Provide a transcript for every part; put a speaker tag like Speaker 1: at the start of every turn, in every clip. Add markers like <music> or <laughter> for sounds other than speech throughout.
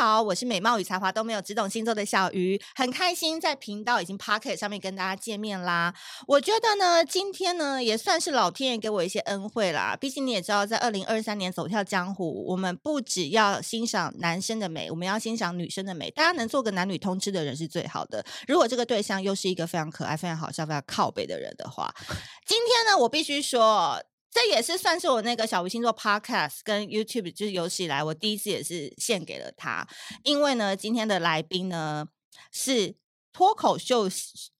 Speaker 1: 好，我是美貌与才华都没有，只懂星座的小鱼，很开心在频道已经 Pocket 上面跟大家见面啦。我觉得呢，今天呢也算是老天爷给我一些恩惠啦。毕竟你也知道，在二零二三年走跳江湖，我们不只要欣赏男生的美，我们要欣赏女生的美。大家能做个男女通吃的人是最好的。如果这个对象又是一个非常可爱、非常好笑、非常靠北的人的话，今天呢，我必须说。这也是算是我那个小鱼星座 Podcast 跟 YouTube 就是有史以来我第一次也是献给了他，因为呢，今天的来宾呢是脱口秀，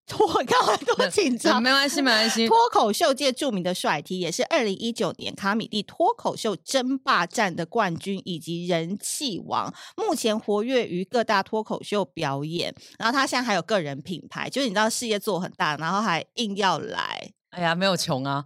Speaker 1: 脱我刚才多紧张，
Speaker 2: 没关系，没关系。
Speaker 1: 脱口秀界著名的帅 T，也是二零一九年卡米蒂脱口秀争霸战的冠军以及人气王，目前活跃于各大脱口秀表演。然后他现在还有个人品牌，就是你知道事业做很大，然后还硬要来。
Speaker 2: 哎呀，没有穷啊！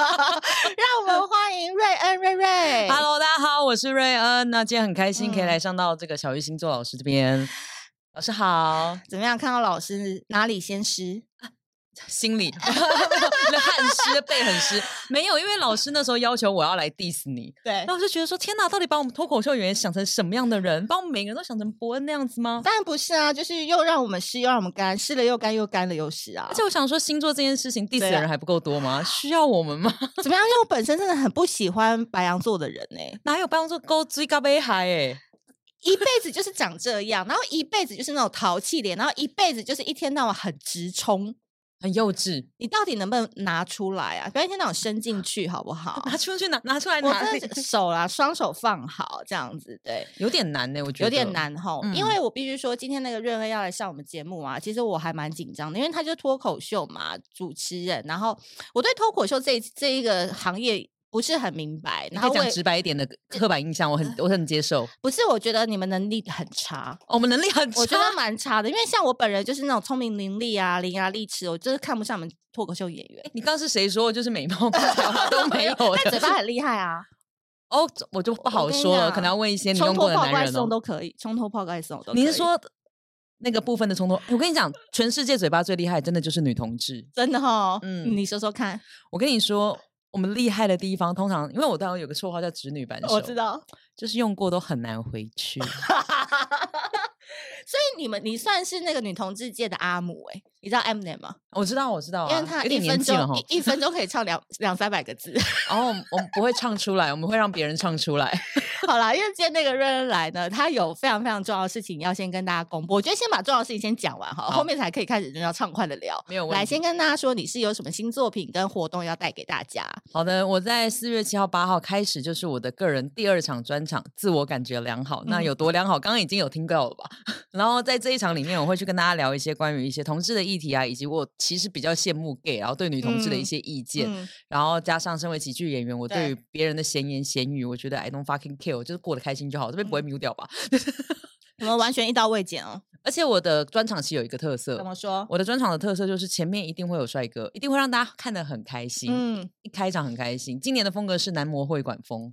Speaker 1: 让我们欢迎瑞恩瑞瑞。
Speaker 2: Hello，大家好，我是瑞恩。那今天很开心
Speaker 1: 嗯
Speaker 2: 可以来上到这个小鱼星座老师这边。
Speaker 1: <laughs>
Speaker 2: 老师好，
Speaker 1: 怎么样？看到老师哪里先湿？
Speaker 2: 心里 <laughs> 那汗湿背很湿，没有，因为老师那时候要求我要来 diss 你，
Speaker 1: 对
Speaker 2: 然后我就觉得说天哪，到底把我们脱口秀演员想成什么样的人？把我们每个人都想成伯恩那样子吗？
Speaker 1: 当然不是啊，就是又让我们湿，又让我们干，湿了又干，又干了又湿啊
Speaker 2: 而。且我想说，星座这件事情 diss
Speaker 1: 对啊
Speaker 2: 的人还不够多吗？需要
Speaker 1: <laughs>
Speaker 2: 我们吗？
Speaker 1: 怎么样？因为我本身真的很不喜欢白羊座的人欸呢、
Speaker 2: 哪有帮助勾追高杯海哎？
Speaker 1: 一辈子就是长这样，然后一辈子就是那种淘气脸，然后一辈子就是一天到晚很直冲。
Speaker 2: 很幼稚，
Speaker 1: 你到底能不能拿出来啊？不要一天到晚伸进去，好不
Speaker 2: <laughs>
Speaker 1: 好？
Speaker 2: 拿出去拿拿出来
Speaker 1: 哦我
Speaker 2: 拿
Speaker 1: 真
Speaker 2: 里
Speaker 1: 的是手啦，双手放好，这样子对。
Speaker 2: 有点难欸呢、我觉得
Speaker 1: 有点。难吼，因
Speaker 2: 嗯
Speaker 1: 为我必须说，今天那个瑞恩要来上我们节目啊，其实我还蛮紧张的，因为他就脱口秀嘛，主持人。然后我对脱口秀这一这一个行业不是很明白，
Speaker 2: 你
Speaker 1: 然
Speaker 2: 可
Speaker 1: 后
Speaker 2: 以
Speaker 1: 我
Speaker 2: 讲
Speaker 1: 也
Speaker 2: 直白一点的
Speaker 1: 呃
Speaker 2: 刻板印象，我很我很接受。
Speaker 1: 不是我觉得你们能力很差，
Speaker 2: 哦我们能力很差，
Speaker 1: 我觉得蛮差的，因为像我本人就是那种聪明伶俐啊、伶牙俐齿，我就是看不上你们脱口秀演员。
Speaker 2: 你刚是谁说就是美貌
Speaker 1: <laughs>
Speaker 2: 不才华都 <laughs> 没有
Speaker 1: 但嘴
Speaker 2: 的？
Speaker 1: 巴很厉害啊，
Speaker 2: 哦，我就不好
Speaker 1: 跟你
Speaker 2: 说了，
Speaker 1: 讲
Speaker 2: 可能要问一些你
Speaker 1: 冲
Speaker 2: 用
Speaker 1: 脱
Speaker 2: 过的
Speaker 1: 泡
Speaker 2: 男
Speaker 1: 盖
Speaker 2: 人
Speaker 1: 送
Speaker 2: 哦。
Speaker 1: 都可以，冲脱泡盖送都可以。
Speaker 2: 你是说那个部分的冲动？我跟你讲，全世界嘴巴最厉害，真的就是女同志。
Speaker 1: 真的哈？嗯，
Speaker 2: 嗯
Speaker 1: 你说说看，
Speaker 2: 我跟你说，我们厉害的地方，通常因为我当时有个绰号叫“直女扳手”，
Speaker 1: <laughs> 我知，道。
Speaker 2: 就是用过都很难回
Speaker 1: <laughs>
Speaker 2: 去。
Speaker 1: 所以你们，你算是那个女同志界的阿姆哎、你知道 M n 吗？
Speaker 2: 我知道，我知道、啊，
Speaker 1: 因为他
Speaker 2: 有
Speaker 1: 一
Speaker 2: 点年
Speaker 1: 分
Speaker 2: 纪了哈
Speaker 1: 钟。一一分钟可以唱两两三百个字。 <laughs>
Speaker 2: 然后我们我们不会唱出来，我们会让别人唱出来。
Speaker 1: 好啦，因为今天那个瑞恩来呢，他有非常非常重要的事情要先跟大家公布。我觉得先把重要的事情先讲完哈，
Speaker 2: 好
Speaker 1: 后面才可以开始要畅快的聊。
Speaker 2: 没有问
Speaker 1: <laughs> 来，
Speaker 2: 题。
Speaker 1: 先跟大家说你是有什么新作品跟活动要带给大家。
Speaker 2: 好的，我在四月七号、八号开始就是我的个人第二场专场《自我感觉良好》，那
Speaker 1: 嗯
Speaker 2: 有多良好，刚刚已经有听到了吧？ <laughs> 然后在这一场里面，我会去跟大家聊一些关于一些同志的议题啊，以及我其实比较羡慕 gay，然后对女同志的一
Speaker 1: 嗯
Speaker 2: 些意见，
Speaker 1: 嗯
Speaker 2: 然后加上身为喜剧演员，我
Speaker 1: 对
Speaker 2: 对于别人的闲言闲语，我觉得 I don't fucking care，我就是过得开心就好，这边不会
Speaker 1: 嗯
Speaker 2: mute 掉吧？
Speaker 1: 我们完全一刀未剪哦。
Speaker 2: 而且我的专场其实有一个特
Speaker 1: 怎
Speaker 2: 色。
Speaker 1: 么说？
Speaker 2: 我的专场的特色就是前面一定会有帅哥，一定会让大家看得很开心。
Speaker 1: 嗯，
Speaker 2: 一开场很开心，今年的风格是男模会馆风。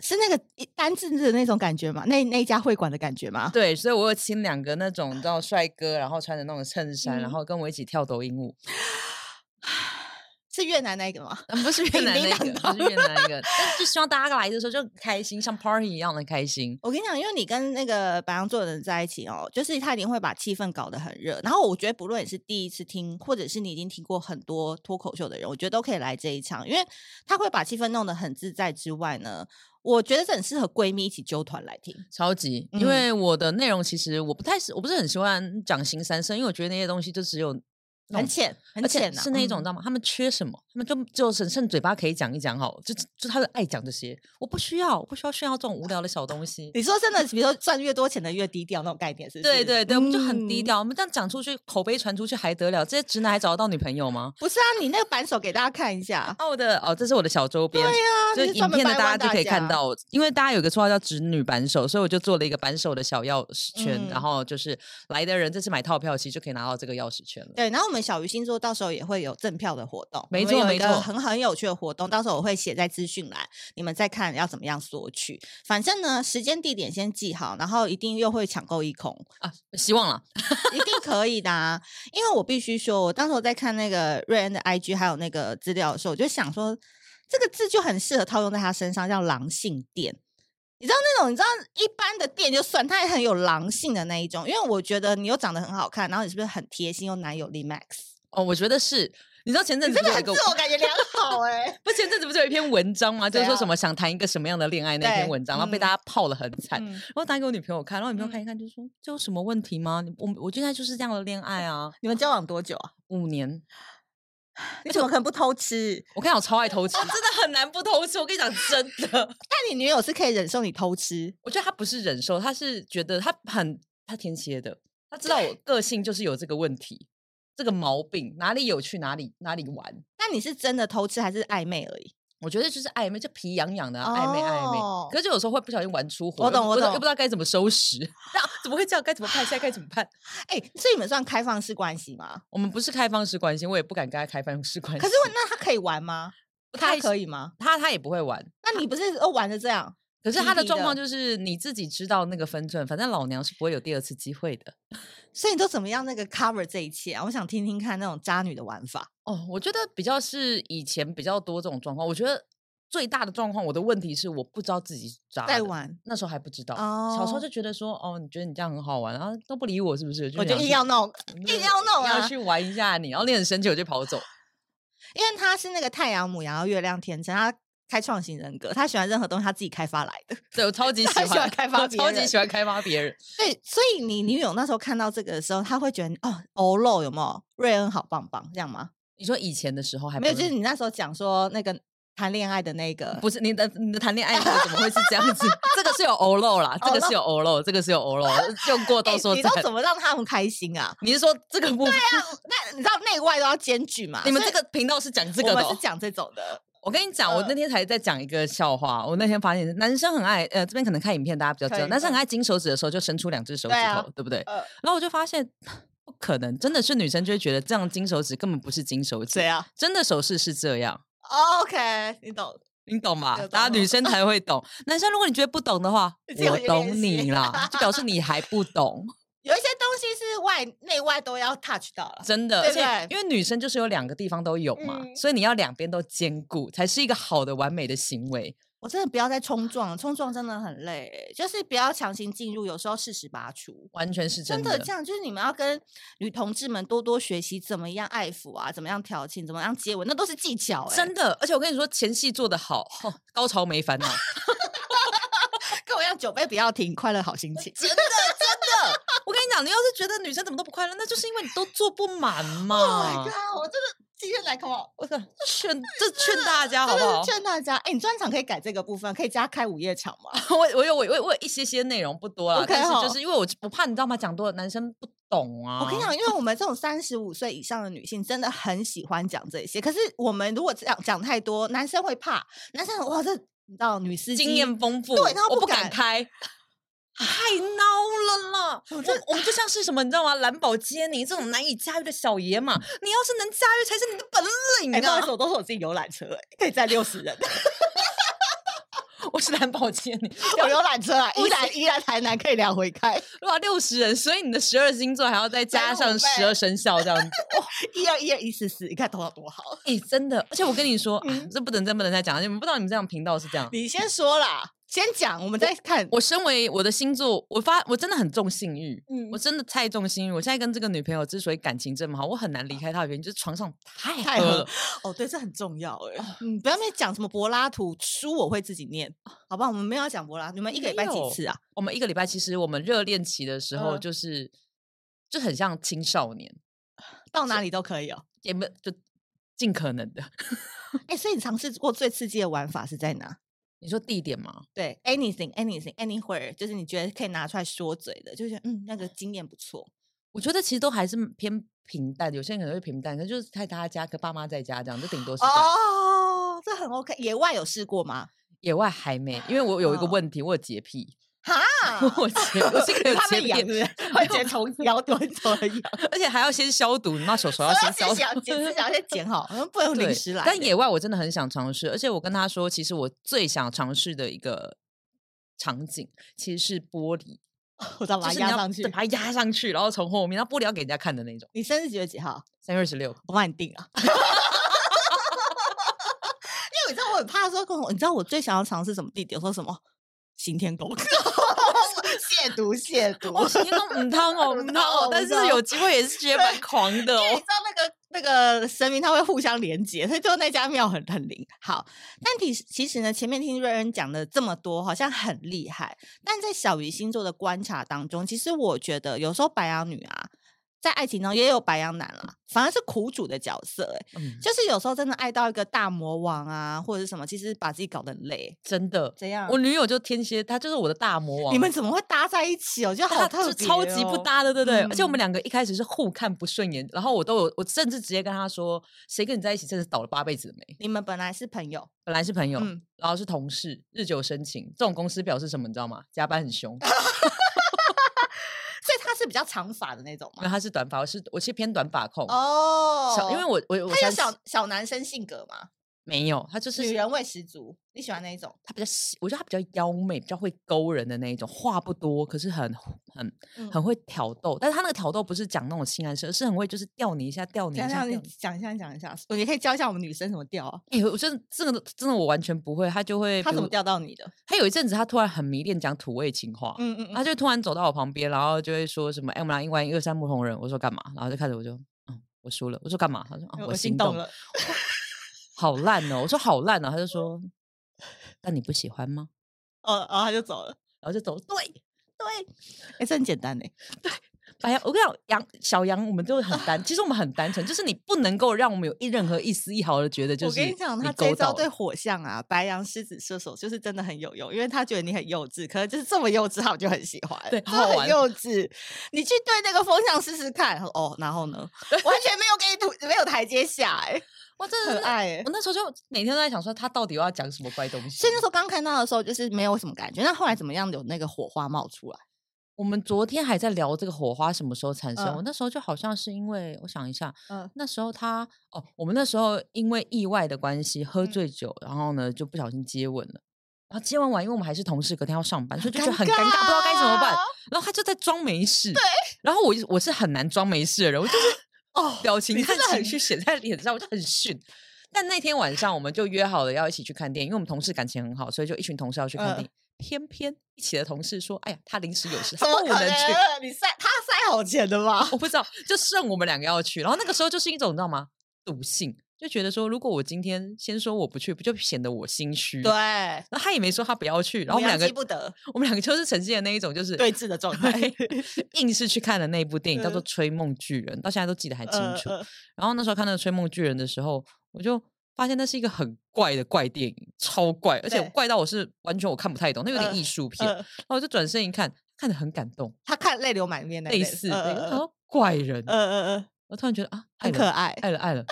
Speaker 1: 是那个一单字的那种感觉吗？那那一家会馆的感觉吗？
Speaker 2: 对，所以我有请两个那种
Speaker 1: <laughs>
Speaker 2: 叫帅哥，然后穿着那种衬衫，
Speaker 1: 嗯
Speaker 2: 然后跟我一起跳抖音舞，
Speaker 1: 哦是越南那个吗？
Speaker 2: 啊不 <laughs> 是越
Speaker 1: 叮
Speaker 2: 南
Speaker 1: 叮
Speaker 2: 那
Speaker 1: 当
Speaker 2: 个，
Speaker 1: 当
Speaker 2: 不是越南那个，但就希望大家来的时候就很开心，像 party 一样的开心。
Speaker 1: 我跟你讲，因为你跟那个白羊座的人在一起哦，就是他一定会把气氛搞得很热。然后我觉得，不论你是第一次听，或者是你已经听过很多脱口秀的人，我觉得都可以来这一场，因为他会把气氛弄得很自在之外呢，我觉得这很适合闺蜜一起揪团来听。
Speaker 2: 超级，因
Speaker 1: 嗯
Speaker 2: 为我的内容其实我不太是，我不是很喜欢讲新三生，因为我觉得那些东西就只有那
Speaker 1: 很
Speaker 2: 种
Speaker 1: 浅，很
Speaker 2: 哦而且
Speaker 1: 浅呐、
Speaker 2: 是那一种，你
Speaker 1: 嗯
Speaker 2: 知道吗？他们缺什么，他们就就只剩嘴巴可以讲一讲好了，就就他们爱讲这些，我不需要，我不需要炫耀这种无聊的
Speaker 1: <laughs>
Speaker 2: 小东西。
Speaker 1: 你说真的，比如说赚越多钱的越低调那种概念，是不是？
Speaker 2: 对对对，我们就很低
Speaker 1: 嗯。
Speaker 2: 调，我们这样讲出去，口碑传出去还得了？这些直男还找得到女朋友吗？
Speaker 1: 不是啊，你那个扳手给大家看一下。
Speaker 2: 哦我的哦，这是我的小周边，
Speaker 1: 啊
Speaker 2: 就
Speaker 1: 你
Speaker 2: 是
Speaker 1: 是专
Speaker 2: 影
Speaker 1: 门
Speaker 2: 片的
Speaker 1: 掰
Speaker 2: 大
Speaker 1: 弯
Speaker 2: 家就可以看
Speaker 1: 家。
Speaker 2: 到，因为大家有个绰号叫“直女扳手”，所以我就做了一个扳手的小钥匙圈，
Speaker 1: 嗯
Speaker 2: 然后就是来的人这次买套票，其实就可以拿到这个钥匙圈了。
Speaker 1: 对，然后我们小鱼星座到时候也会有赠票的活动，
Speaker 2: 没
Speaker 1: 我们
Speaker 2: 错
Speaker 1: 有
Speaker 2: 没
Speaker 1: 一个
Speaker 2: 错
Speaker 1: 很很有趣的活动，到时候我会写在资讯栏，你们再看要怎么样索取。反正呢，时间地点先记好，然后一定又会抢购一空，
Speaker 2: 啊，希望了，
Speaker 1: 一定可以的、啊。因为我必须说，我当时我在看那个瑞恩的 IG 还有那个资料的时候，我就想说，这个字就很适合套用在他身上，叫狼性店。你知道那种你知道一般的店就算，它也很有狼性的那一种。因为我觉得你又长得很好看，然后你是不是很贴心又男友力 max？
Speaker 2: 哦，我觉得是。你知道前阵
Speaker 1: 你
Speaker 2: 子
Speaker 1: 真
Speaker 2: 不
Speaker 1: 的
Speaker 2: 是有一
Speaker 1: 很
Speaker 2: 个
Speaker 1: 自，我感觉良好哎、
Speaker 3: <laughs>
Speaker 2: 不前阵子不是有一篇文
Speaker 1: <laughs>
Speaker 2: 章吗？就是
Speaker 1: 怎
Speaker 2: 说
Speaker 1: 样
Speaker 2: 什么想谈一个什么样的恋爱那
Speaker 1: 啊对
Speaker 2: 篇文章，然后被
Speaker 1: 嗯
Speaker 2: 大家泡的很
Speaker 3: 哎
Speaker 2: 惨。
Speaker 1: 嗯
Speaker 2: 然后打给我女朋友看，然后女朋友看一看，就说：“这有什么问题吗？你我我现在就是这样的恋爱啊，
Speaker 3: 你们交往多久啊？
Speaker 2: 五年。
Speaker 3: 你怎么可能不偷吃？
Speaker 2: 我看我超爱偷
Speaker 1: <laughs> 哦
Speaker 2: 吃，真的很难不偷吃。我跟你讲，真的，
Speaker 1: 但你女友是可以忍受你偷吃，
Speaker 2: 我觉得他不是忍受，他是觉得他很他天蝎的，他知道我个性就是有这个问题，这个毛病哪里有去哪里哪里玩。
Speaker 1: 那你是真的偷吃还是暧昧而已？
Speaker 2: 我觉得就是暧昧，就皮痒痒的啊、暧昧暧
Speaker 1: 哦
Speaker 2: 昧。可是有时候会不小心玩出火，
Speaker 1: 我懂
Speaker 2: 又
Speaker 1: 我
Speaker 2: 不知道
Speaker 1: 懂
Speaker 2: 又不知道该怎么收拾。 <laughs> 那啊怎么会这样？该怎么办？现在该怎么办？
Speaker 1: 哎、所以你们算开放式关系吗？
Speaker 2: 我们不是开放式关系，我也不敢跟他开放式关系。
Speaker 1: 可是那他可以玩吗？他
Speaker 2: 太
Speaker 1: 可以吗？
Speaker 2: 他他也不会玩，
Speaker 1: 那你不是都玩的这样？
Speaker 2: 可是
Speaker 1: 皮
Speaker 2: 他的
Speaker 1: 皮
Speaker 2: 状况
Speaker 1: 的
Speaker 2: 就是你自己知道那个分寸，反正老娘是不会有第二次机会的。
Speaker 1: 所以你都怎么样那个 cover 这一切啊？我想听听看那种渣女的玩法。
Speaker 2: 哦，我觉得比较是以前比较多这种状况。我觉得最大的状况，我的问题是我不知道自己是渣
Speaker 1: 在
Speaker 2: 的
Speaker 1: 玩，
Speaker 2: 那时候还不知道。小时候
Speaker 1: 哦
Speaker 2: 就觉得说，哦，你觉得你这样很好玩，然后都不理我，是不是？
Speaker 1: 我就
Speaker 2: 想
Speaker 1: 硬
Speaker 2: 去
Speaker 1: 要弄，
Speaker 2: 嗯
Speaker 1: 硬要弄啊
Speaker 2: 要去玩一下你，然后你很生气，我就跑走。
Speaker 1: 因为他是那个太阳母羊后月亮天秤，他开创型人格，他喜欢任何东西他自己开发来的。
Speaker 2: 对我超级喜
Speaker 1: 他
Speaker 2: 欢，
Speaker 1: 喜欢开发
Speaker 2: 我
Speaker 1: 别
Speaker 2: 超级
Speaker 1: 人
Speaker 2: 喜欢开发别人。
Speaker 1: 对，所以你女友那时候看到这个的时候，她会觉得哦，欧露有没有？瑞恩好棒棒，这样吗？
Speaker 2: 你说以前的时候还
Speaker 1: 没有，
Speaker 2: 不
Speaker 1: 就是你那时候讲说那个谈恋爱的那个，
Speaker 2: 不是你的你的谈
Speaker 1: <laughs>
Speaker 2: 恋爱那个怎么会是这样子？这个是有欧露啦，这个是有欧露，这个是有
Speaker 1: <laughs>
Speaker 2: 欧露，用过
Speaker 1: 哎
Speaker 2: 都说
Speaker 1: 你
Speaker 2: 在
Speaker 1: 都。怎么让他们开心 <laughs> 啊？
Speaker 2: 你是说这个部分？
Speaker 1: 那你知道内外都要兼具嘛？
Speaker 2: 你们
Speaker 1: 所
Speaker 2: 这
Speaker 1: 以
Speaker 2: 个频道是讲这个
Speaker 1: 我
Speaker 2: 的
Speaker 1: 们
Speaker 2: 哦
Speaker 1: 是？讲这种的，
Speaker 2: 我跟你讲，我那
Speaker 1: 嗯
Speaker 2: 天才在讲一个笑话。我那天发现，男生很爱，呃，这边可能看影片大家比较知
Speaker 1: 可
Speaker 2: 道，
Speaker 1: 以嗯
Speaker 2: 男生很爱金手指的时候就伸出两只手指
Speaker 1: 对啊
Speaker 2: 头，对不对？
Speaker 1: 呃，
Speaker 2: 然后我就发现，不可能，真的是女生就会觉得这样金手指根本不是金手指
Speaker 1: 谁，啊
Speaker 2: 真的手势是这样。
Speaker 1: 哦？OK，你懂。
Speaker 2: 你懂吧？
Speaker 1: 有
Speaker 2: 大家
Speaker 1: 懂
Speaker 2: 女生才会懂，男生如果你觉得不懂
Speaker 1: <laughs>
Speaker 2: 的话
Speaker 1: 自，己
Speaker 2: 我
Speaker 1: 回去练
Speaker 2: 懂
Speaker 1: 习
Speaker 2: 你啦，就表示你还不懂，
Speaker 1: 有一些东西是外内外都要 touch 到了。
Speaker 2: 真的。
Speaker 1: 对
Speaker 2: 而
Speaker 1: 不
Speaker 2: 且
Speaker 1: 对
Speaker 2: 因为女生就是有两个地方都有嘛，
Speaker 1: 嗯
Speaker 2: 所以你要两边都兼顾，才是一个好的完美的行为。
Speaker 1: 我真的不要再冲撞了，冲撞真的很累欸、就是不要强行进入，有时候适时拔出。
Speaker 2: 完全是
Speaker 1: 真
Speaker 2: 的。
Speaker 1: 的这样，就是你们要跟女同志们多多学习怎么样爱抚啊，怎么样调情，怎么样接吻，那都是技巧、欸。
Speaker 2: 真的，而且我跟你说，前戏做得好，哼高潮没 <laughs> 烦恼。
Speaker 1: 跟我一样，酒杯不要停，快乐好心情。
Speaker 2: 真的，真的，我跟你讲，你要是觉得女生怎么都不快乐，那就是因为你都做不 <laughs> 满
Speaker 1: Oh my
Speaker 2: 嘛。
Speaker 1: god！我真的今天来 come on，
Speaker 2: 我靠，劝这劝大 <laughs> 家好
Speaker 1: 真
Speaker 2: 不好
Speaker 1: 的是？劝大家，哎、你专场可以改这个部分，可以加开午夜场吗？
Speaker 2: 我我有我有我有一些些内容不多啦
Speaker 1: OK，
Speaker 2: 但是
Speaker 1: 好
Speaker 2: 就是因为我我怕你知道吗？讲多了男生不懂啊。
Speaker 1: 我跟你讲，因为我们这种三十五岁以上的女性真的很喜欢讲这些，可是我们如果讲讲太多，男生会怕，男生哇这。你知道女司机
Speaker 2: 经验丰富，
Speaker 1: 对然后
Speaker 2: 我
Speaker 1: 不
Speaker 2: 不敢
Speaker 1: 敢
Speaker 2: 开， <laughs> 太孬了啦！我
Speaker 1: <laughs>
Speaker 2: 我们就像是什么，你知道吗？兰博基尼这种难以驾驭的小野马，你要是能驾驭才是你的本
Speaker 1: 哎、
Speaker 2: 领
Speaker 1: 不好意思，
Speaker 2: 啊！
Speaker 1: 我都是我自己游览车、哎可以载六十人。
Speaker 2: 我是兰博基 <laughs> 尼，
Speaker 1: <laughs> 有游览 <laughs> 车啊，
Speaker 2: 不
Speaker 1: 依然依然台南可以两回 <laughs> 开，
Speaker 2: 哇，六十人，所以你的十二星座还要再加
Speaker 1: 五
Speaker 2: 上
Speaker 1: 倍
Speaker 2: 十二生肖这
Speaker 1: <laughs>
Speaker 2: 样子。
Speaker 1: 一二一二一四四，你看头脑多好。
Speaker 2: 哎、真的，而且我跟你说，啊这不能真不能再讲了，你们不知道你们这样频道是这样。
Speaker 1: <laughs> 嗯你先说啦，先讲，我们再看。
Speaker 2: 我身为我的星座，我发我真的很重性欲，
Speaker 1: 嗯
Speaker 2: 我真的太重性欲。我现在跟这个女朋友之所以感情这么好，我很难离开她的原因就是床上太
Speaker 1: 太
Speaker 2: 合
Speaker 1: 合
Speaker 2: 了。
Speaker 1: 哦，对，这很重要哎、嗯，不要没讲什么柏拉图书，我会自己念，好吧？我们没有要讲柏拉，你们一个礼拜
Speaker 2: 没有
Speaker 1: 几次啊？
Speaker 2: 我们一个礼拜，其实我们热恋期的时候，
Speaker 1: 嗯
Speaker 2: 就是、就很像青少年，
Speaker 1: 到哪里都可以哦。
Speaker 2: 也没有就尽可能的。 <laughs>
Speaker 1: 哎、所以你尝试过最刺激的玩法是在哪？
Speaker 2: 你说地点吗？
Speaker 1: 对，anything anything anywhere，就是你觉得可以拿出来说嘴的，就觉得嗯，那个经验不错。
Speaker 2: 我觉得其实都还是偏平淡，有些人可能会平淡，可能就是在他家，跟爸妈在家这样，就顶多是这样。
Speaker 1: 哦，这很 OK。野外有试过吗？
Speaker 2: 野外还没，因为我有一个
Speaker 1: 哦
Speaker 2: 问题，我有洁癖，
Speaker 1: 哈
Speaker 2: <laughs> 我洁，我是一个有
Speaker 1: 嗯 <laughs> 他
Speaker 2: 洁
Speaker 1: 们
Speaker 2: 癖
Speaker 1: 养
Speaker 2: 的
Speaker 1: 是不是会剪虫子，然后蹲着养， <laughs>
Speaker 2: 而且还要先消毒，你妈手手要先消
Speaker 1: 先
Speaker 2: 毒。
Speaker 1: 想剪，指甲先剪好，不能
Speaker 2: 对
Speaker 1: 临时来的。
Speaker 2: 但野外我真的很想尝试，而且我跟他说，其实我最想尝试的一个场景其实是玻璃，
Speaker 1: 我再
Speaker 2: 就
Speaker 1: 把它
Speaker 2: 是你
Speaker 1: 压
Speaker 2: 要
Speaker 1: 上去
Speaker 2: 对。把它压上去，然后从后面，然后玻璃要给人家看的那种。
Speaker 1: 你生日几月几号？
Speaker 2: 三月十六，
Speaker 1: 我帮你定啊。 <laughs> 因为你知道我很怕说跟我，你知道我最想要尝试什么地点？说什么刑天宫， <laughs> 亵渎亵
Speaker 2: 我
Speaker 1: 渎。
Speaker 2: 今天都唔汤哦，唔汤
Speaker 1: <laughs>
Speaker 2: 哦，但是有机会也是觉得蛮狂的
Speaker 1: 你
Speaker 2: 哦
Speaker 1: 知。道那个那个神明，他会互相连接，所以最后那家庙很很灵。好，但其实其实呢，前面听瑞恩讲的这么多，好像很厉害，但在小鱼星座的观察当中，其实我觉得有时候白羊女啊，在爱情中也有白羊男啦，反而是苦主的角色、欸。
Speaker 2: 嗯
Speaker 1: 就是有时候真的爱到一个大魔王啊，或者是什么，其实把自己搞得很累。
Speaker 2: 真的，
Speaker 1: 怎样
Speaker 2: 我女友就天蝎，她就是我的大魔王。
Speaker 1: 嗯你们怎么会搭在一起哦？就好
Speaker 2: 他
Speaker 1: 特
Speaker 2: 啊就
Speaker 1: 别、
Speaker 2: 超级不。搭的，对不对？而且我
Speaker 1: 嗯
Speaker 2: 们两个一开始是互看不顺眼，然后我都有，我甚至直接跟他说，谁跟你在一起，真的是倒了八辈子的霉。
Speaker 1: 哦你们本来是朋友，
Speaker 2: 本来是朋友，
Speaker 1: 嗯
Speaker 2: 然后是同事，日久生情。这种公司表示什么，你知道吗？加班很
Speaker 1: <laughs>
Speaker 2: 凶，
Speaker 1: 所以他是比较长发的那种
Speaker 2: 因为
Speaker 1: 嘛。
Speaker 2: 他是短发，我是我是偏短发控。
Speaker 1: 哦
Speaker 2: 小，因为我我我
Speaker 1: 他有
Speaker 2: 三十
Speaker 1: 小小男生性格嘛，
Speaker 2: 没有，他就是
Speaker 1: 女人味十足。你喜欢那一种？
Speaker 2: 他比较细，我觉得他比较妖媚，比较会勾人的那一种，话不多，可是很很
Speaker 1: 嗯
Speaker 2: 很会挑逗。但是他那个挑逗不是讲那种性暗示，而是很会就是吊你一下，吊你一
Speaker 1: 讲
Speaker 2: 下，
Speaker 1: 讲
Speaker 2: 吊
Speaker 1: 你
Speaker 2: 你
Speaker 1: 讲一下讲一下，你可以教一下我们女生怎么钓啊？
Speaker 2: 哎、我真的这个真的我完全不会，他就会
Speaker 1: 他
Speaker 2: 比
Speaker 1: 怎么
Speaker 2: 如哦
Speaker 1: 钓到你的？
Speaker 2: 他有一阵子，他突然很迷恋讲土味情话，
Speaker 1: 嗯嗯
Speaker 2: 他就突然走到我旁边，然后就会说什么：“哎、我们俩一玩一二三木同人。”我说干嘛？然后就看着我就，嗯，我输了。我说干嘛？他说、啊
Speaker 1: 嗯，
Speaker 2: 我
Speaker 1: 心
Speaker 2: 心
Speaker 1: 动
Speaker 2: 了，
Speaker 1: 了。
Speaker 2: 好烂哦。
Speaker 1: <laughs>
Speaker 2: 我说好烂哦。他就说，那你不喜欢吗？
Speaker 1: 哦，然后他就走了。
Speaker 2: 然后就走。对，
Speaker 1: 对，哎，这很简
Speaker 2: <laughs>
Speaker 1: 单哎。
Speaker 2: 白羊，我跟你讲，羊小羊，我们都很单，其实我们很单纯，就是你不能够让我们有一任何一丝一毫的觉得，就
Speaker 1: 我
Speaker 2: 是
Speaker 1: 跟你讲，他这
Speaker 2: 勾
Speaker 1: 一招
Speaker 2: 到
Speaker 1: 对
Speaker 2: 了。
Speaker 1: 火象啊，白羊、狮子、射手就是真的很有用，因为他觉得你很幼稚，可能就是这么幼稚，他们就很喜欢，
Speaker 2: 对
Speaker 1: 真
Speaker 2: 好
Speaker 1: 的很
Speaker 2: 玩
Speaker 1: 幼稚。你去对那个风向试试看，他说哦，然后呢，完全没有给你土，没有台阶下、欸，
Speaker 2: 哇，真 <laughs> 的
Speaker 1: 很
Speaker 2: 是那，
Speaker 1: 爱、欸
Speaker 2: 我。那时候就每天都在想说，他到底又要讲什么怪东西？
Speaker 1: 所以那时候刚看到的时候，就是没有什么感觉。那后来怎么样有那个火花冒出来？
Speaker 2: 我们昨天还在聊这个火花什么时候产生。
Speaker 1: 嗯
Speaker 2: 我那时候就好像是因为，我想一下，
Speaker 1: 嗯
Speaker 2: 那时候他哦，我们那时候因为意外的关系喝
Speaker 1: 嗯
Speaker 2: 醉酒，然后呢就不小心接吻了。然后接吻完，因为我们还是同事，隔天要上班，所以就觉得很尴尬，不知道该怎么办。
Speaker 1: 啊
Speaker 2: 然后他就在装没事，对。然后我我是很难装没事的人，我就是
Speaker 1: 哦
Speaker 2: 表情
Speaker 1: 你
Speaker 2: 和
Speaker 1: 真的很
Speaker 2: 情绪写在脸上，我就很逊。但那天晚上我们就约好了要一起去看电影，因为我们同事感情很好，所以就一群同事要去看
Speaker 1: 嗯
Speaker 2: 电影。偏偏一起的同事说：“哎呀，他临时有事，他
Speaker 1: 怎么
Speaker 2: 不
Speaker 1: 可
Speaker 2: 能
Speaker 1: 能
Speaker 2: 去。”？
Speaker 1: 你塞他塞好钱的
Speaker 2: <laughs>
Speaker 1: 吧？
Speaker 2: 我不知道，就剩我们两个要去。然后那个时候就是一种你知道吗？赌性，就觉得说，如果我今天先说我不去，不就显得我心虚？
Speaker 1: 对，。
Speaker 2: 然后他也没说他不要去，然后
Speaker 1: 母
Speaker 2: 我们
Speaker 1: 羊
Speaker 2: 两个
Speaker 1: 鸡不得
Speaker 2: 我们两个就是呈现的那一种，就是
Speaker 1: 对峙的状态，<laughs>
Speaker 2: <laughs> 对硬是去看的那一部电影，叫做
Speaker 1: 嗯
Speaker 2: 《吹梦巨人》，到现在都记得还清
Speaker 1: 呃
Speaker 2: 楚。
Speaker 1: 呃
Speaker 2: 然后那时候看那个《吹梦巨人》的时候，我就发现那是一个很怪的怪电影，超怪，而且
Speaker 1: 对
Speaker 2: 怪到我是完全我看不太懂，那有点
Speaker 1: 呃
Speaker 2: 艺术片。
Speaker 1: 呃
Speaker 2: 然后我就转身一看，看得很感动，
Speaker 1: 他看泪流满面那一
Speaker 2: 类似
Speaker 1: 呃
Speaker 2: 的，哦嗯
Speaker 1: 呃
Speaker 2: 然后怪人，
Speaker 1: 呃呃呃，
Speaker 2: 我突然觉得啊，爱
Speaker 1: 很
Speaker 2: 人
Speaker 1: 可爱。
Speaker 2: 爱了
Speaker 1: <laughs>
Speaker 2: 爱了，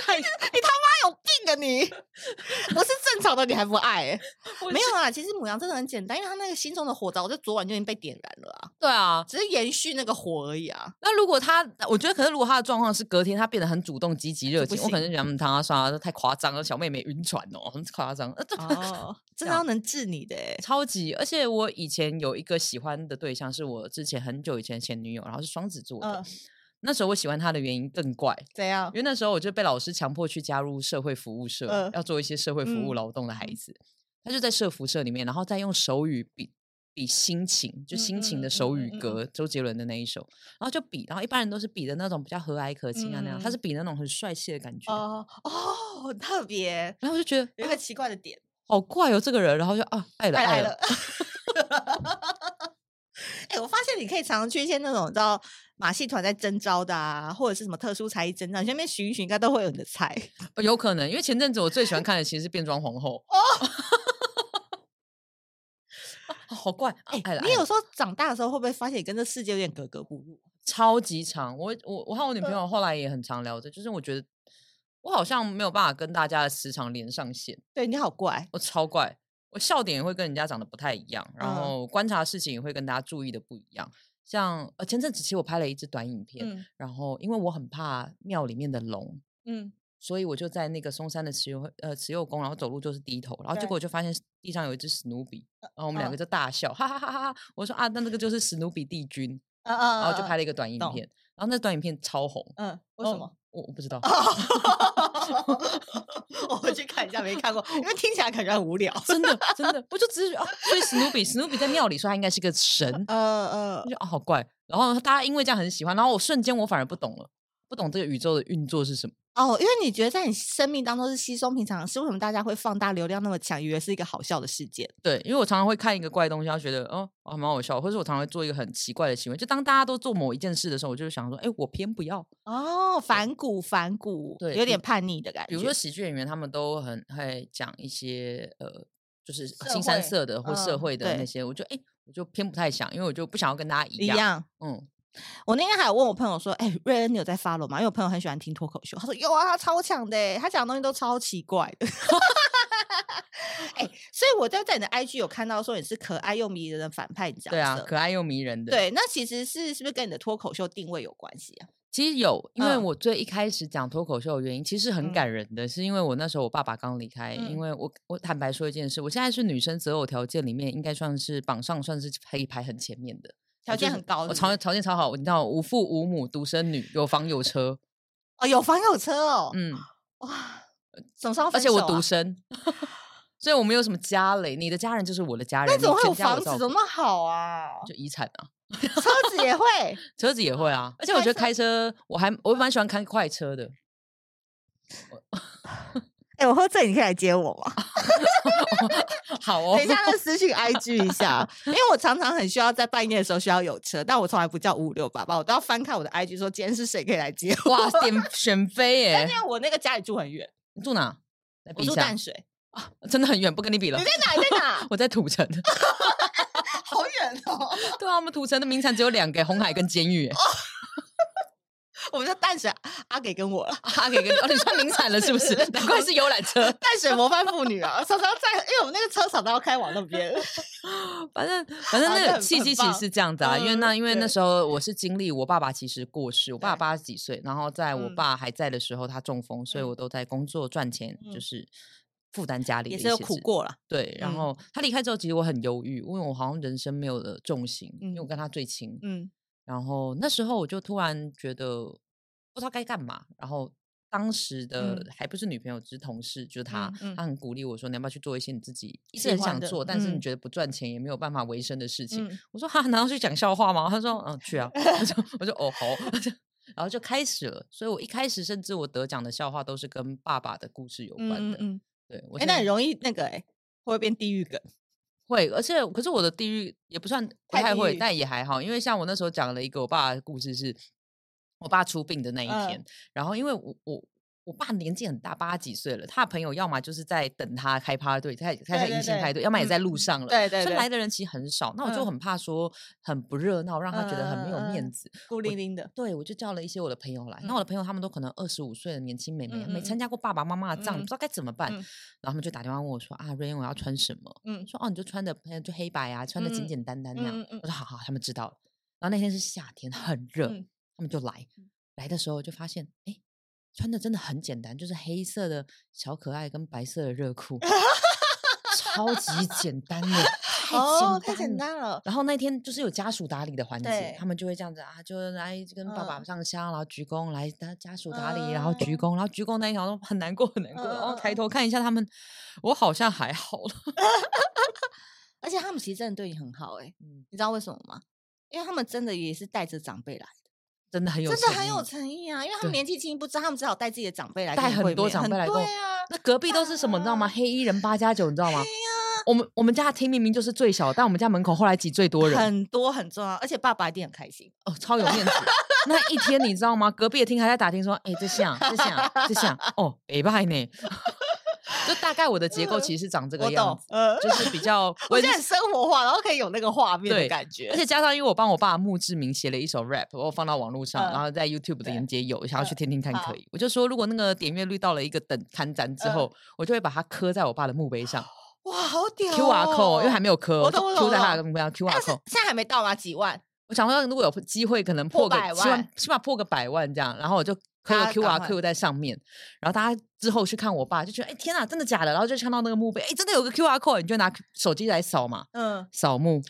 Speaker 2: 太 <laughs>
Speaker 1: 有病啊你！ <laughs> 不是正常的你还不爱、
Speaker 2: <laughs>
Speaker 1: 欸？没有啦，其实母羊真的很简单，因为它那个心中的火早在昨晚就已经被点燃了啊，
Speaker 2: 对啊。
Speaker 1: 只是延续那个火而已啊。
Speaker 2: 那如果他，我觉得可是如果他的状况是隔天他变得很主动、积极、热
Speaker 1: 不
Speaker 2: 情，我可
Speaker 1: 行
Speaker 2: 能讲他刷这太夸张了，小妹妹晕船哦，很夸张。呃，这、
Speaker 1: 哦， <laughs> 真的
Speaker 2: 这
Speaker 1: 要
Speaker 2: 样
Speaker 1: 能治你的、欸，
Speaker 2: 超级，而且我以前有一个喜欢的对象，是我之前很久以前的前女友，然后是双子座的。
Speaker 1: 嗯
Speaker 2: 那时候我喜欢他的原因更怪，
Speaker 1: 怎样
Speaker 2: 因？为那时候我就被老师强迫去加入社会服务社，
Speaker 1: 嗯
Speaker 2: 要做一些社会服务
Speaker 1: 嗯
Speaker 2: 劳动的孩子。他就在社服社里面，然后再用手语比比心情，就
Speaker 1: 嗯
Speaker 2: 心情
Speaker 1: 嗯嗯
Speaker 2: 的手语
Speaker 1: 嗯嗯嗯
Speaker 2: 歌，周杰伦的那一首，然后就比，然后一般人都是比的那种比较和蔼可亲啊那样，他
Speaker 1: 嗯
Speaker 2: 是比那种很帅气的感觉。
Speaker 1: 哦哦，很特别，
Speaker 2: 然后我就觉得
Speaker 1: 有一个奇怪的点，
Speaker 2: 好怪哦，这个人，然后就啊爱了
Speaker 1: 爱
Speaker 2: 爱
Speaker 1: 了。哎、我发现你可以常常去一些那种你知道马戏团在征招的啊，或者是什么特殊才艺征招，你去那边寻一寻，应该都会有你的菜。
Speaker 2: 呃有可能，因为前阵子我最喜欢看的其实是《变装皇后》 <laughs> 哦，啊好怪，哎、爱了
Speaker 1: 你
Speaker 2: 爱
Speaker 1: 有
Speaker 2: 了
Speaker 1: 时候长大的时候，会不会发现你跟这世界有点格格不入？
Speaker 2: 超级长，我我我和我女
Speaker 1: 嗯
Speaker 2: 朋友后来也很常聊着，就是我觉得我好像没有办法跟大家的磁场连上线，
Speaker 1: 对你好怪，
Speaker 2: 我超怪，我笑点也会跟人家长得不太一样，然
Speaker 1: 嗯
Speaker 2: 后观察事情也会跟大家注意的不一样。像呃前阵子其实我拍了一支短影片，
Speaker 1: 嗯
Speaker 2: 然后因为我很怕庙里面的龙，
Speaker 1: 嗯，
Speaker 2: 所以我就在那个松山的慈幼呃慈幼宫，然后走路就是低头，然后结
Speaker 1: 对
Speaker 2: 果我就发现地上有一只史努比，然后我们
Speaker 1: 嗯
Speaker 2: 两个就大笑，哈哈哈哈哈！我说啊，那那个就是史努比帝君，
Speaker 1: 嗯嗯，
Speaker 2: 然后就
Speaker 1: 了，
Speaker 2: 拍了哦一个短影
Speaker 1: 懂
Speaker 2: 片，然后
Speaker 1: 嗯
Speaker 2: 那短影片超红，
Speaker 1: 嗯，为什
Speaker 2: 然后
Speaker 1: 么？
Speaker 2: 我我不知道，
Speaker 1: <laughs> 我去看一下，没看过，因为听起来感觉很
Speaker 2: <laughs>
Speaker 1: 无聊。
Speaker 2: 真的真
Speaker 1: <laughs>
Speaker 2: 的，我就只是觉得啊，所以史努比史努比在庙里说他应该是
Speaker 1: <laughs>
Speaker 2: 个神，
Speaker 1: 呃呃
Speaker 2: 我，就啊好怪。然后大家因为这样很喜欢，然后我瞬间我反而不懂了，不懂这个宇宙的运作是什么。
Speaker 1: 哦，因为你觉得在你生命当中是稀松平常的事，为什么大家会放大流量那么强，以为是一个好笑的事件？
Speaker 2: 对，因为我常常会看一个怪东西，然后觉得哦，哦还蛮好笑，或者我常常会做一个很奇怪的行为。就当大家都做某一件事的时候，我就想说，哎，我偏不要。
Speaker 1: 哦，反骨反骨，
Speaker 2: 对
Speaker 1: 有
Speaker 2: 比
Speaker 1: 点叛逆的感觉。
Speaker 2: 比如说喜剧演员，他们都很会讲一些呃，就是
Speaker 3: 社
Speaker 2: 新三
Speaker 3: 会
Speaker 2: 色的或社
Speaker 1: 嗯
Speaker 2: 会的那
Speaker 1: 对
Speaker 2: 些，我就哎、我就偏不太想，因为我就不想要跟大家一
Speaker 1: 一
Speaker 2: 样。
Speaker 1: 样，
Speaker 2: 嗯，
Speaker 1: 我那天还有问我朋友说：“哎、瑞恩，你有在 follow 吗？”因为我朋友很喜欢听脱口秀，他说：“有啊，他超强的欸，他讲的东西都超奇怪的。” <laughs> 哎、所以我就在你的 IG 有看到说你是可爱又迷人的反派角色，
Speaker 2: 对啊，可爱又迷人的。，
Speaker 1: 对那其实是是不是跟你的脱口秀定位有关系啊？
Speaker 2: 其实有，因为
Speaker 1: 嗯
Speaker 2: 我最一开始讲脱口秀的原因，其实很
Speaker 1: 嗯
Speaker 2: 感人的，是因为我那时候我爸爸刚离开，
Speaker 1: 嗯
Speaker 2: 因为我我坦白说一件事，我现在是女生择偶条件里面应该算是榜上算是可以排很前面的。
Speaker 1: 条
Speaker 2: 我就
Speaker 1: 件
Speaker 2: 是
Speaker 1: 很高
Speaker 2: 我
Speaker 1: 是不
Speaker 2: 条
Speaker 1: 是
Speaker 2: 条件超好，你知道，无父无母，独生女，有房有车，
Speaker 1: 哦，有房有车哦，啊
Speaker 2: 嗯，
Speaker 1: 哇，什么时候、
Speaker 2: 而且我独，生，所以我没有什么家累。你的家人就是我的家人，
Speaker 1: 那
Speaker 2: 啊你
Speaker 1: 怎么会
Speaker 2: 全
Speaker 1: 有
Speaker 2: 家我
Speaker 1: 房子？
Speaker 2: 照
Speaker 1: 怎么
Speaker 2: 顾
Speaker 1: 那么好啊？
Speaker 2: 就遗产啊？
Speaker 1: 车子也
Speaker 2: <laughs>
Speaker 1: 会，
Speaker 2: 车子也会啊，而且我
Speaker 1: 开
Speaker 2: 觉得
Speaker 1: 车
Speaker 2: 开车，我还我蛮喜欢开快车的。
Speaker 1: 哎、我喝醉，你可以来接我吗？
Speaker 2: 好哦
Speaker 1: 等一，下，再私信 IG 一
Speaker 2: <laughs>
Speaker 1: 下，因为我常常很需要在半夜的时候需要有车，但我从来不叫五五六八八，我都要翻看我的 IG 说今天是谁可以来接我。
Speaker 2: 哦哇，点
Speaker 1: <laughs>
Speaker 2: 选妃耶
Speaker 1: 因！为我那个家里住很远，
Speaker 2: 你住哪？来
Speaker 1: 我
Speaker 2: 比一
Speaker 1: 住
Speaker 2: 下
Speaker 1: 淡，水。
Speaker 2: 真的很远，不跟你比了？
Speaker 1: 你。在哪？你在哪
Speaker 2: <laughs> 我在土城，
Speaker 1: 好远哦！
Speaker 2: 对啊，我们土城的名产只有两个，红海跟监狱耶。
Speaker 1: <laughs> 我们在淡水，阿给跟我了。
Speaker 2: 阿给跟哦，你算名产了是不是？难怪是游览车。
Speaker 1: 淡水模范妇女啊，常常在，因为我们那个车厂都要开往那边。 <laughs>
Speaker 2: 反正反正
Speaker 1: 啊
Speaker 2: 那
Speaker 1: 这
Speaker 2: 个
Speaker 1: 很
Speaker 2: 契
Speaker 1: 很
Speaker 2: 机其实
Speaker 1: 棒
Speaker 2: 是这样子啊，因为
Speaker 1: 嗯
Speaker 2: 那因为那
Speaker 1: 对
Speaker 2: 时候我是经历我爸爸其实过世，我爸爸
Speaker 1: 对
Speaker 2: 八十几岁，然后在我
Speaker 1: 嗯
Speaker 2: 爸还在的时候他中风，所以
Speaker 1: 嗯
Speaker 2: 我都在工作赚钱，就
Speaker 1: 嗯
Speaker 2: 是负担家里
Speaker 1: 也
Speaker 2: 的
Speaker 1: 是
Speaker 2: 一
Speaker 1: 有
Speaker 2: 些
Speaker 1: 苦
Speaker 2: 事
Speaker 1: 过了，
Speaker 2: 对，然
Speaker 1: 嗯
Speaker 2: 后他离开之后，其实我很忧郁，因为我好像人生没有了重心，因为我
Speaker 1: 嗯
Speaker 2: 跟他最亲，
Speaker 1: 嗯，
Speaker 2: 然后那时候我就突然觉得不知道该干嘛，然后当时的
Speaker 1: 嗯
Speaker 2: 还不是女朋友，只是同事，就是他，
Speaker 1: 嗯嗯
Speaker 2: 他很鼓励我说你要不要去做一些你自己一直
Speaker 1: 喜
Speaker 2: 很
Speaker 1: 欢
Speaker 2: 想
Speaker 1: 的
Speaker 2: 做，但是你
Speaker 1: 嗯
Speaker 2: 觉得不赚钱也没有办法维生的事情。
Speaker 1: 嗯
Speaker 2: 我说哈，难道去讲笑话吗？他说嗯，去啊。
Speaker 1: <laughs>
Speaker 2: 我说我说哦好， <laughs> 然后就开始了。所以我一开始甚至我得奖的笑话都是跟爸爸的故事有关
Speaker 1: 嗯
Speaker 2: 的。
Speaker 1: 嗯
Speaker 2: 对，
Speaker 1: 嗯，哎，
Speaker 2: 我现
Speaker 1: 那
Speaker 2: 在
Speaker 1: 很容易那个哎，会不会变地狱梗？
Speaker 2: 会，而且可是我的地域也不算不
Speaker 1: 太
Speaker 2: 太
Speaker 1: 地
Speaker 2: 会，
Speaker 1: 狱
Speaker 2: 但也还好，因为像我那时候讲了一个我爸的故事是，我爸出殡的那一
Speaker 1: 嗯
Speaker 2: 天，然后因为我我。我爸年纪很大，八十几岁了。他的朋友要么就是在等他开趴队，他他在
Speaker 1: 对
Speaker 2: 迎
Speaker 1: 对
Speaker 2: 新
Speaker 1: 对
Speaker 2: 派对，要么也在路
Speaker 1: 嗯
Speaker 2: 上了。
Speaker 1: 对对
Speaker 2: 所以
Speaker 1: 对
Speaker 2: 来的人其实很少。那我就
Speaker 1: 嗯
Speaker 2: 很怕说很不热闹，让他觉得很没有
Speaker 1: 嗯嗯
Speaker 2: 面
Speaker 1: 嗯
Speaker 2: 子。
Speaker 1: 孤零零的，
Speaker 2: 对，我就叫了一些我的朋友来。那
Speaker 1: 嗯
Speaker 2: 我的朋友他们都可能二十五岁的年轻妹妹，
Speaker 1: 嗯
Speaker 2: 没
Speaker 1: 嗯
Speaker 2: 参加过爸爸妈妈的葬，
Speaker 1: 嗯
Speaker 2: 不知道该怎么办。
Speaker 1: 嗯
Speaker 2: 然后他们就打电话问我说：“啊，瑞恩，我要穿什么？”
Speaker 1: 嗯
Speaker 2: 说哦，你就穿的就黑白啊，穿的简
Speaker 1: 嗯
Speaker 2: 简单单那样。
Speaker 1: 嗯嗯
Speaker 2: 我说好好，他们知道了。然后那天是夏天，很热，
Speaker 1: 嗯
Speaker 2: 他们就来。来的时候就发现，哎，穿的真的很简单，就是黑色的小可爱跟白色的热裤，超级简
Speaker 1: <laughs>
Speaker 2: 单的，
Speaker 1: 哦，太
Speaker 2: 太
Speaker 1: 简
Speaker 2: 简单了。
Speaker 1: 单了，
Speaker 2: 然后那天就是有家属打理的环节
Speaker 1: 对，
Speaker 2: 他们就会这样子啊，就来跟爸爸
Speaker 1: 嗯
Speaker 2: 上香，然后鞠躬，来家家属打理，然后鞠躬，然后鞠躬那一条都很难过，很难过。然后
Speaker 1: 嗯嗯嗯
Speaker 2: 抬头看一下他们，我好像还好了。
Speaker 1: 而且他们其实真的对你很好哎，
Speaker 2: 嗯，
Speaker 1: 你知道为什么吗？因为他们真的也是带着长辈来，
Speaker 2: 真的很有，
Speaker 1: 真的很有。诚意啊！因为他
Speaker 2: 对
Speaker 1: 们年纪轻，不知道他们只好带自己的长辈来跟
Speaker 2: 带
Speaker 1: 你
Speaker 2: 很
Speaker 1: 会
Speaker 2: 多
Speaker 1: 面
Speaker 2: 长
Speaker 1: 很
Speaker 2: 辈来跟
Speaker 1: 对
Speaker 2: 我
Speaker 1: 啊，
Speaker 2: 那隔壁都是什么，你知道吗？
Speaker 1: 啊
Speaker 2: 黑衣人八加九，你知道吗？我们我们家的厅明明就是最小，但我们家门口后来挤最多人，
Speaker 1: 很多很重要，而且爸爸一定很开心。
Speaker 2: 哦，超有面子。那一天你知道吗？隔壁的厅还在打听说，哎、这像这像这像，哦，北派呢？ <laughs> 就大概我的结构其实是长这个
Speaker 1: 我
Speaker 2: 样
Speaker 1: 懂
Speaker 2: 子，，
Speaker 1: 呃，
Speaker 2: 就是比较
Speaker 1: <laughs> 我
Speaker 2: 温
Speaker 1: 觉得很生活化，然后可以有那个画面
Speaker 2: 对
Speaker 1: 的感觉，
Speaker 2: 而且加上，因为我帮我爸墓志铭写了一首 rap，我放到网络上，
Speaker 1: 嗯
Speaker 2: 然后在 YouTube 的
Speaker 1: 对嗯
Speaker 2: 连接有，想要去听听看
Speaker 1: 好
Speaker 2: 可以。我就说，如果那个点阅率到了一个等刊展之
Speaker 1: 嗯
Speaker 2: 后，我就会把它刻在我爸的墓碑上
Speaker 1: 哇，好屌、哦、
Speaker 2: ，Q R code，因为还没有刻哦，
Speaker 1: 我
Speaker 2: 就
Speaker 1: 懂我
Speaker 2: Q
Speaker 1: 懂
Speaker 2: 在
Speaker 1: 我
Speaker 2: 他的
Speaker 1: 懂
Speaker 2: 墓碑上 Q R
Speaker 1: 但是
Speaker 2: code。
Speaker 1: 现在还没到吗？几万？
Speaker 2: 我想说，如果有机会，可能
Speaker 1: 破
Speaker 2: 破个
Speaker 1: 百
Speaker 2: 起码
Speaker 1: 万
Speaker 2: 起码破个百万这样，然后我就刻
Speaker 1: 大
Speaker 2: 个
Speaker 1: 家
Speaker 2: Q
Speaker 1: 赶
Speaker 2: R
Speaker 1: 快
Speaker 2: Q 在上面，然后大家之后去看我爸，就觉得哎、天哪，真的假的？然后就看到那个墓碑，哎、真的有个 Q R code，你就拿手机来扫嘛，
Speaker 1: 嗯，
Speaker 2: 扫墓。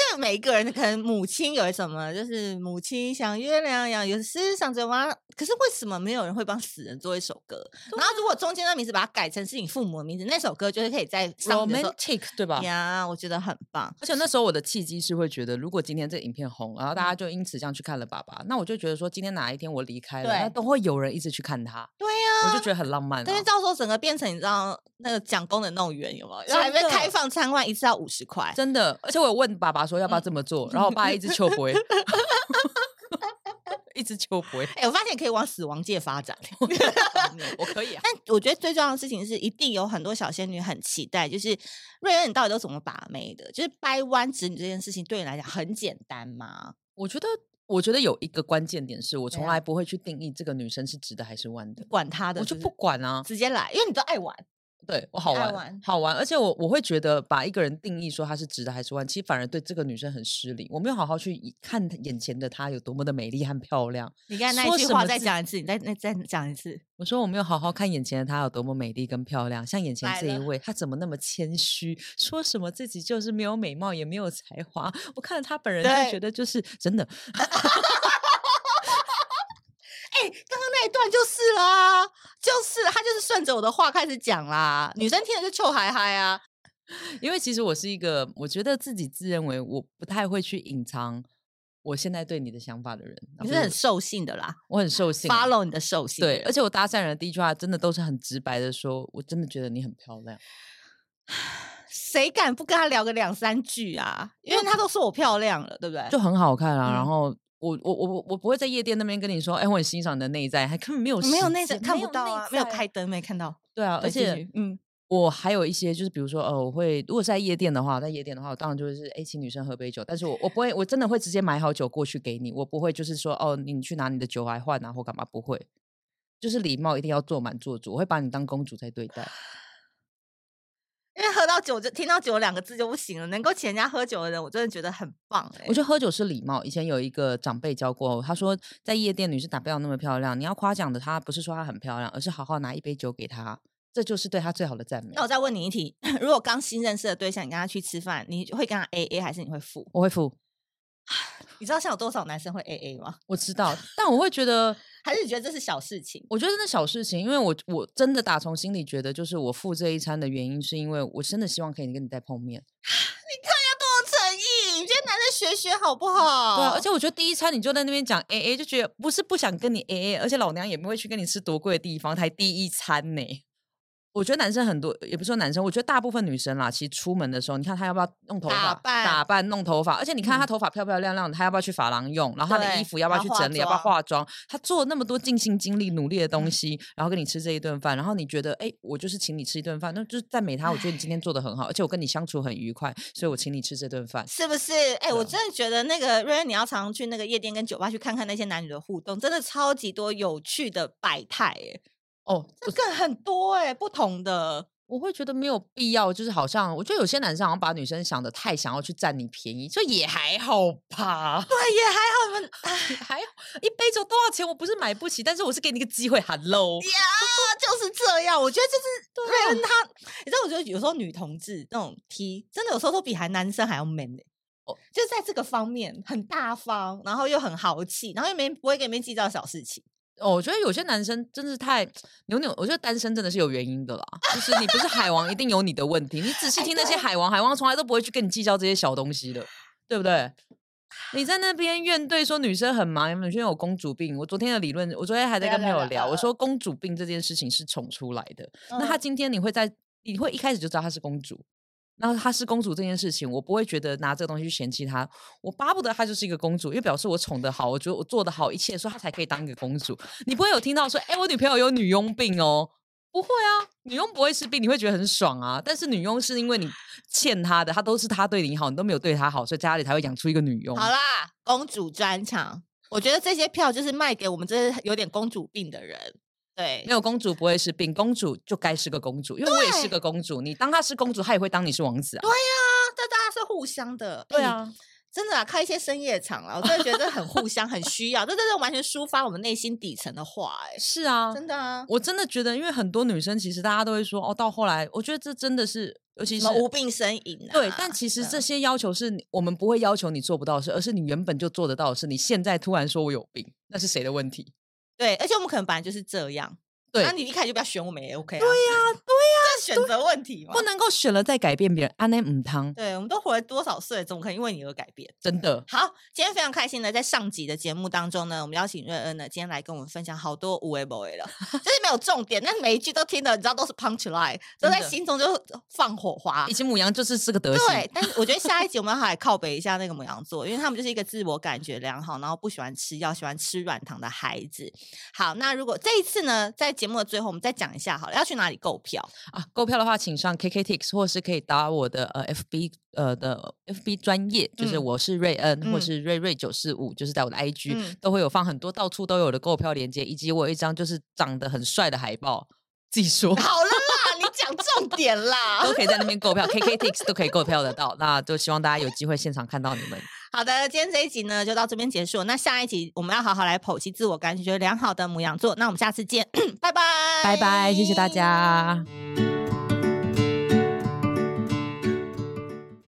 Speaker 1: 因为这每一个人的可能母亲有什么，就是母亲像月亮一样，有时想着妈。可是为什么没有人会帮死人做一首歌？然后如
Speaker 2: 啊
Speaker 1: 果中间的名字把它改成是你父母的名字，那首歌就是可以在上面的时
Speaker 2: romantic 对吧
Speaker 1: 候呀，我觉得很棒。
Speaker 2: 而且那时候我的契机是会觉得，如果今天这影片红，然后
Speaker 1: 嗯
Speaker 2: 大家就因此这样去看了爸爸，那我就觉得说，今天哪一天我离开了，
Speaker 1: 对
Speaker 2: 那都会有人一直去看他，
Speaker 1: 对呀、
Speaker 2: 我就觉得很浪漫、
Speaker 1: 但是
Speaker 2: 啊。
Speaker 1: 到时候整个变成你知道那个讲功的那种园有没有？然后还被
Speaker 2: 真的
Speaker 1: 开放参观一次要五十块，
Speaker 2: 真的，而且我有问爸爸说要不要这么做，然后我爸一直求不会， <laughs> 一直求不会，
Speaker 1: 哎、我发现可以往死亡界发
Speaker 2: <laughs>
Speaker 1: 展。 <laughs>
Speaker 2: 我可以啊。
Speaker 1: 但我觉得最重要的事情是，一定有很多小仙女很期待，就是瑞恩，你到底都怎么把妹的？就是掰弯直女这件事情，对你来讲很简单吗？
Speaker 2: 我觉得，我觉得有一个关键点是我
Speaker 1: 怎
Speaker 2: 从
Speaker 1: 样
Speaker 2: 来不会去定义这个女生是直的还是弯的，
Speaker 1: 管他的，
Speaker 2: 我就是不
Speaker 1: 是
Speaker 2: 管啊。
Speaker 1: 直接来，因为你都爱玩。
Speaker 2: 对我好
Speaker 1: 爱
Speaker 2: 玩，
Speaker 1: 玩
Speaker 2: 好玩，而且我我会觉得把一个人定义说他是直的还是弯，其实反而对这个女生很失礼。我没有好好去以看她眼前的她有多么的美丽和漂亮。
Speaker 1: 你刚才那
Speaker 2: 说
Speaker 1: 一句
Speaker 2: 什
Speaker 1: 话
Speaker 2: 么
Speaker 1: 再
Speaker 2: 字
Speaker 1: 讲一次，你再那再讲一次。
Speaker 2: 我说我没有好好看眼前的她有多么美丽跟漂亮，像眼前
Speaker 1: 来
Speaker 2: 这一
Speaker 1: 了
Speaker 2: 位，她怎么那么谦虚，说什么自己就是没有美貌也没有才华。我看了她本人
Speaker 1: 对
Speaker 2: 就觉得就是真的，
Speaker 1: 哎、刚刚那一段就是啦，就是他就是顺着我的话开始讲啦，女生听了就臭嗨嗨啊。
Speaker 2: 因为其实我是一个，我觉得自己自认为我不太会去隐藏我现在对你的想法的人。啊
Speaker 1: 你
Speaker 2: 不
Speaker 1: 是很兽性的啦
Speaker 2: 我很受性啊
Speaker 1: ，follow 你的兽性的
Speaker 2: 对，
Speaker 1: 人。
Speaker 2: 而且我搭讪人的第一句话真的都是很直白的说，我真的觉得你很漂亮。
Speaker 1: 谁敢不跟他聊个两三句啊？因为他都说我漂亮了，对不对？
Speaker 2: 就很好看啊。
Speaker 1: 嗯
Speaker 2: 然后我我我我我不会在夜店那边跟你说，哎，我很欣赏你的内在，还根本没有
Speaker 1: 没有
Speaker 2: 时
Speaker 1: 内在
Speaker 2: 间
Speaker 1: 看不到啊，没有。
Speaker 2: 内
Speaker 1: 开
Speaker 2: 在
Speaker 1: 灯没看到。
Speaker 2: 对啊，而
Speaker 1: 对继
Speaker 2: 且
Speaker 1: 续嗯，
Speaker 2: 我还有一些就是比如说，呃，我会如果是在夜店的话，在夜店的话，我当然就是哎请女生喝杯酒，但是我我不会，我真的会直接买好酒过去给你，我不会就是说哦你去拿你的酒来换啊或干嘛，不会。就是礼貌一定要做满做足，我会把你当公主在对待。
Speaker 1: 因为喝到酒就听到酒两个字就不行了，能够请人家喝酒的人，我真的觉得很棒哎、
Speaker 2: 我觉得喝酒是礼貌。以前有一个长辈教过我，他说在夜店女生打扮要那么漂亮，你要夸奖的她不是说她很漂亮，而是好好拿一杯酒给她，这就是对她最好的赞美
Speaker 1: 那。我再问你一题： <coughs> 如果刚新认识的对象，你跟他去吃饭，你会跟他 A A 还是你会付？
Speaker 2: 我会付，
Speaker 1: 你知道现在有多少男生会 A A 吗？
Speaker 2: 我知道，但我会觉得，
Speaker 1: 还是你觉得这是小事情？
Speaker 2: 我觉得那小事情，因为我我真的打从心里觉得，就是我付这一餐的原因，是因为我真的希望可以跟你再碰面。
Speaker 1: 多诚意，你这些男生学学好不好？
Speaker 2: 对啊，而且我觉得第一餐你就在那边讲 A A，就觉得不是不想跟你 A A，而且老娘也不会去跟你吃多贵的地方，才第一餐呢、我觉得男生很多，也不是说男生，我觉得大部分女生啦，其实出门的时候，你看她要不要弄头发、
Speaker 1: 打扮
Speaker 2: 弄头发，而且你看她头发漂漂亮亮的，她要不要去发廊用，然后她的
Speaker 1: 对
Speaker 2: 衣服要不要
Speaker 1: 要
Speaker 2: 去
Speaker 1: 化
Speaker 2: 整理，要不要
Speaker 1: 妆
Speaker 2: 化妆，她做了那么多尽心尽力努力的东西，然后跟你吃这一顿饭，然后你觉得，哎、我就是请你吃一顿饭，那就是赞美她，我觉得你今天做的很好，而且我跟你相处很愉快，所以我请你吃这顿饭。
Speaker 1: 是不是？哎、我真的觉得那个瑞恩，你要常常去那个夜店跟酒吧去看看那些男女的互动，真的超级多有趣的百态、哎，
Speaker 2: 哦，
Speaker 1: 这更很多哎、不同的。
Speaker 2: 我会觉得没有必要，就是好像我觉得有些男生好像把女生想的太想要去占你便宜，就也还好吧，
Speaker 1: 对，也还好，你们啊，
Speaker 2: 也 <laughs> 还好。一杯酒多少钱？我不是买不起，但是我是给你一个机会，hello。
Speaker 1: 就是这样。我觉得就是
Speaker 2: 啊
Speaker 1: 瑞恩他，你知道，我觉得有时候女同志那种 T，真的有时候都比还男生还要 man 哎、
Speaker 2: 哦
Speaker 1: 就在这个方面很大方，然后又很豪气，然后又没不会跟你们计较小事情。
Speaker 2: 哦，我觉得有些男生真是太扭扭，我觉得单身真的是有原因的啦，就是你不是海王，一定有你的问题。你仔细听那些海王，海王从来都不会去跟你计较这些小东西的，对不对？你在那边怨对说女生很忙，女生有公主病。我昨天的理论，我昨天还在
Speaker 1: 聊
Speaker 2: 跟朋
Speaker 1: 聊
Speaker 2: 友
Speaker 1: 聊
Speaker 2: 聊，
Speaker 1: 嗯
Speaker 2: 我说公主病这件事情是宠出来的。那她
Speaker 1: 嗯
Speaker 2: 今天你会在，你会一开始就知道她是公主。然后她是公主这件事情，我不会觉得拿这个东西去嫌弃她，我巴不得她就是一个公主，因为表示我宠得好，我觉得我做得好，一切，所以她才可以当一个公主。你不会有听到说，哎、我女朋友有女佣病哦，不会啊，女佣不会是病，你会觉得很爽啊。但是女佣是因为你欠她的，她都是她对你好，你都没有对她好，所以家里才会养出一个女佣。
Speaker 1: 好啦，公主专场，我觉得这些票就是卖给我们这些有点公主病的人。对
Speaker 2: 没，有公主不会是病，公主就该是个公主，因为我也是个公主。你当她是公主，她也会当你是王子啊。
Speaker 1: 这大家是互相的，
Speaker 2: 对
Speaker 1: 哎
Speaker 2: 啊，
Speaker 1: 真的啊，开一些深夜场啦，我真的觉得很互相，很需要，这真的完全抒发我们内心底层的话、哎，
Speaker 2: <laughs> 是啊，
Speaker 1: 真的啊，
Speaker 2: 我真的觉得，因为很多女生其实大家都会说，哦，到后来，我觉得这真的是尤其
Speaker 1: 什
Speaker 2: 是
Speaker 1: 么无病呻吟、啊？
Speaker 2: 对，但其实这
Speaker 1: 嗯
Speaker 2: 些要求是你我们不会要求你做不到的事，而是你原本就做得到的事。你现在突然说我有病，那是谁的问题？
Speaker 1: 对，而且我们可能本来就是这样。
Speaker 2: 对
Speaker 1: 那你一开始就不要选我们也 OK 啊。对呀、对呀、这选择问题嘛
Speaker 2: 不。能够选了再改变别人，安内母汤，
Speaker 1: 对，我们都活了多少岁，怎么可能因为你而改变？
Speaker 2: 真的
Speaker 1: 好，今天非常开心的，在上集的节目当中呢，我们邀请瑞恩呢，今天来跟我们分享好多无为 boy 了，就是没有重点，但每一句都听的，你知道都是 punch line，都
Speaker 2: 真
Speaker 1: 在
Speaker 2: 的
Speaker 1: 心中就放火花
Speaker 2: 以。及母羊就是这个德行。
Speaker 1: 对，但是我觉得下一集我们要来靠北一下那个母羊座，因为他们就是一个自我感觉良好，然后不喜欢吃药、喜欢吃软糖的孩子。好，那如果这一次呢，在节目的最后，我们再讲一下好了，要去哪里购票？
Speaker 2: 啊，购票的话，请上 KKTix，或是可以打我的呃 FB 呃的 FB 专业，就是
Speaker 1: 嗯
Speaker 2: 我是瑞恩，或
Speaker 1: 嗯
Speaker 2: 是瑞瑞九四五，就是在我的 IG、
Speaker 1: 嗯
Speaker 2: 都会有放很多到处都有的购票链接，以及我有一张就是长得很帅的海报，自己
Speaker 1: <laughs>
Speaker 2: 说
Speaker 1: 好了啦，你讲重点啦。
Speaker 2: 都可以在那边购票，KKTix 都可以购票得到。那就希望大家有机会现场看到你们。
Speaker 1: 好的，今天这一集呢就到这边结束。那下一集我们要好好来剖析自我 <laughs> <coughs> 感觉良好的母羊座。那我们下次见，拜拜，
Speaker 2: 拜拜，谢谢大。家。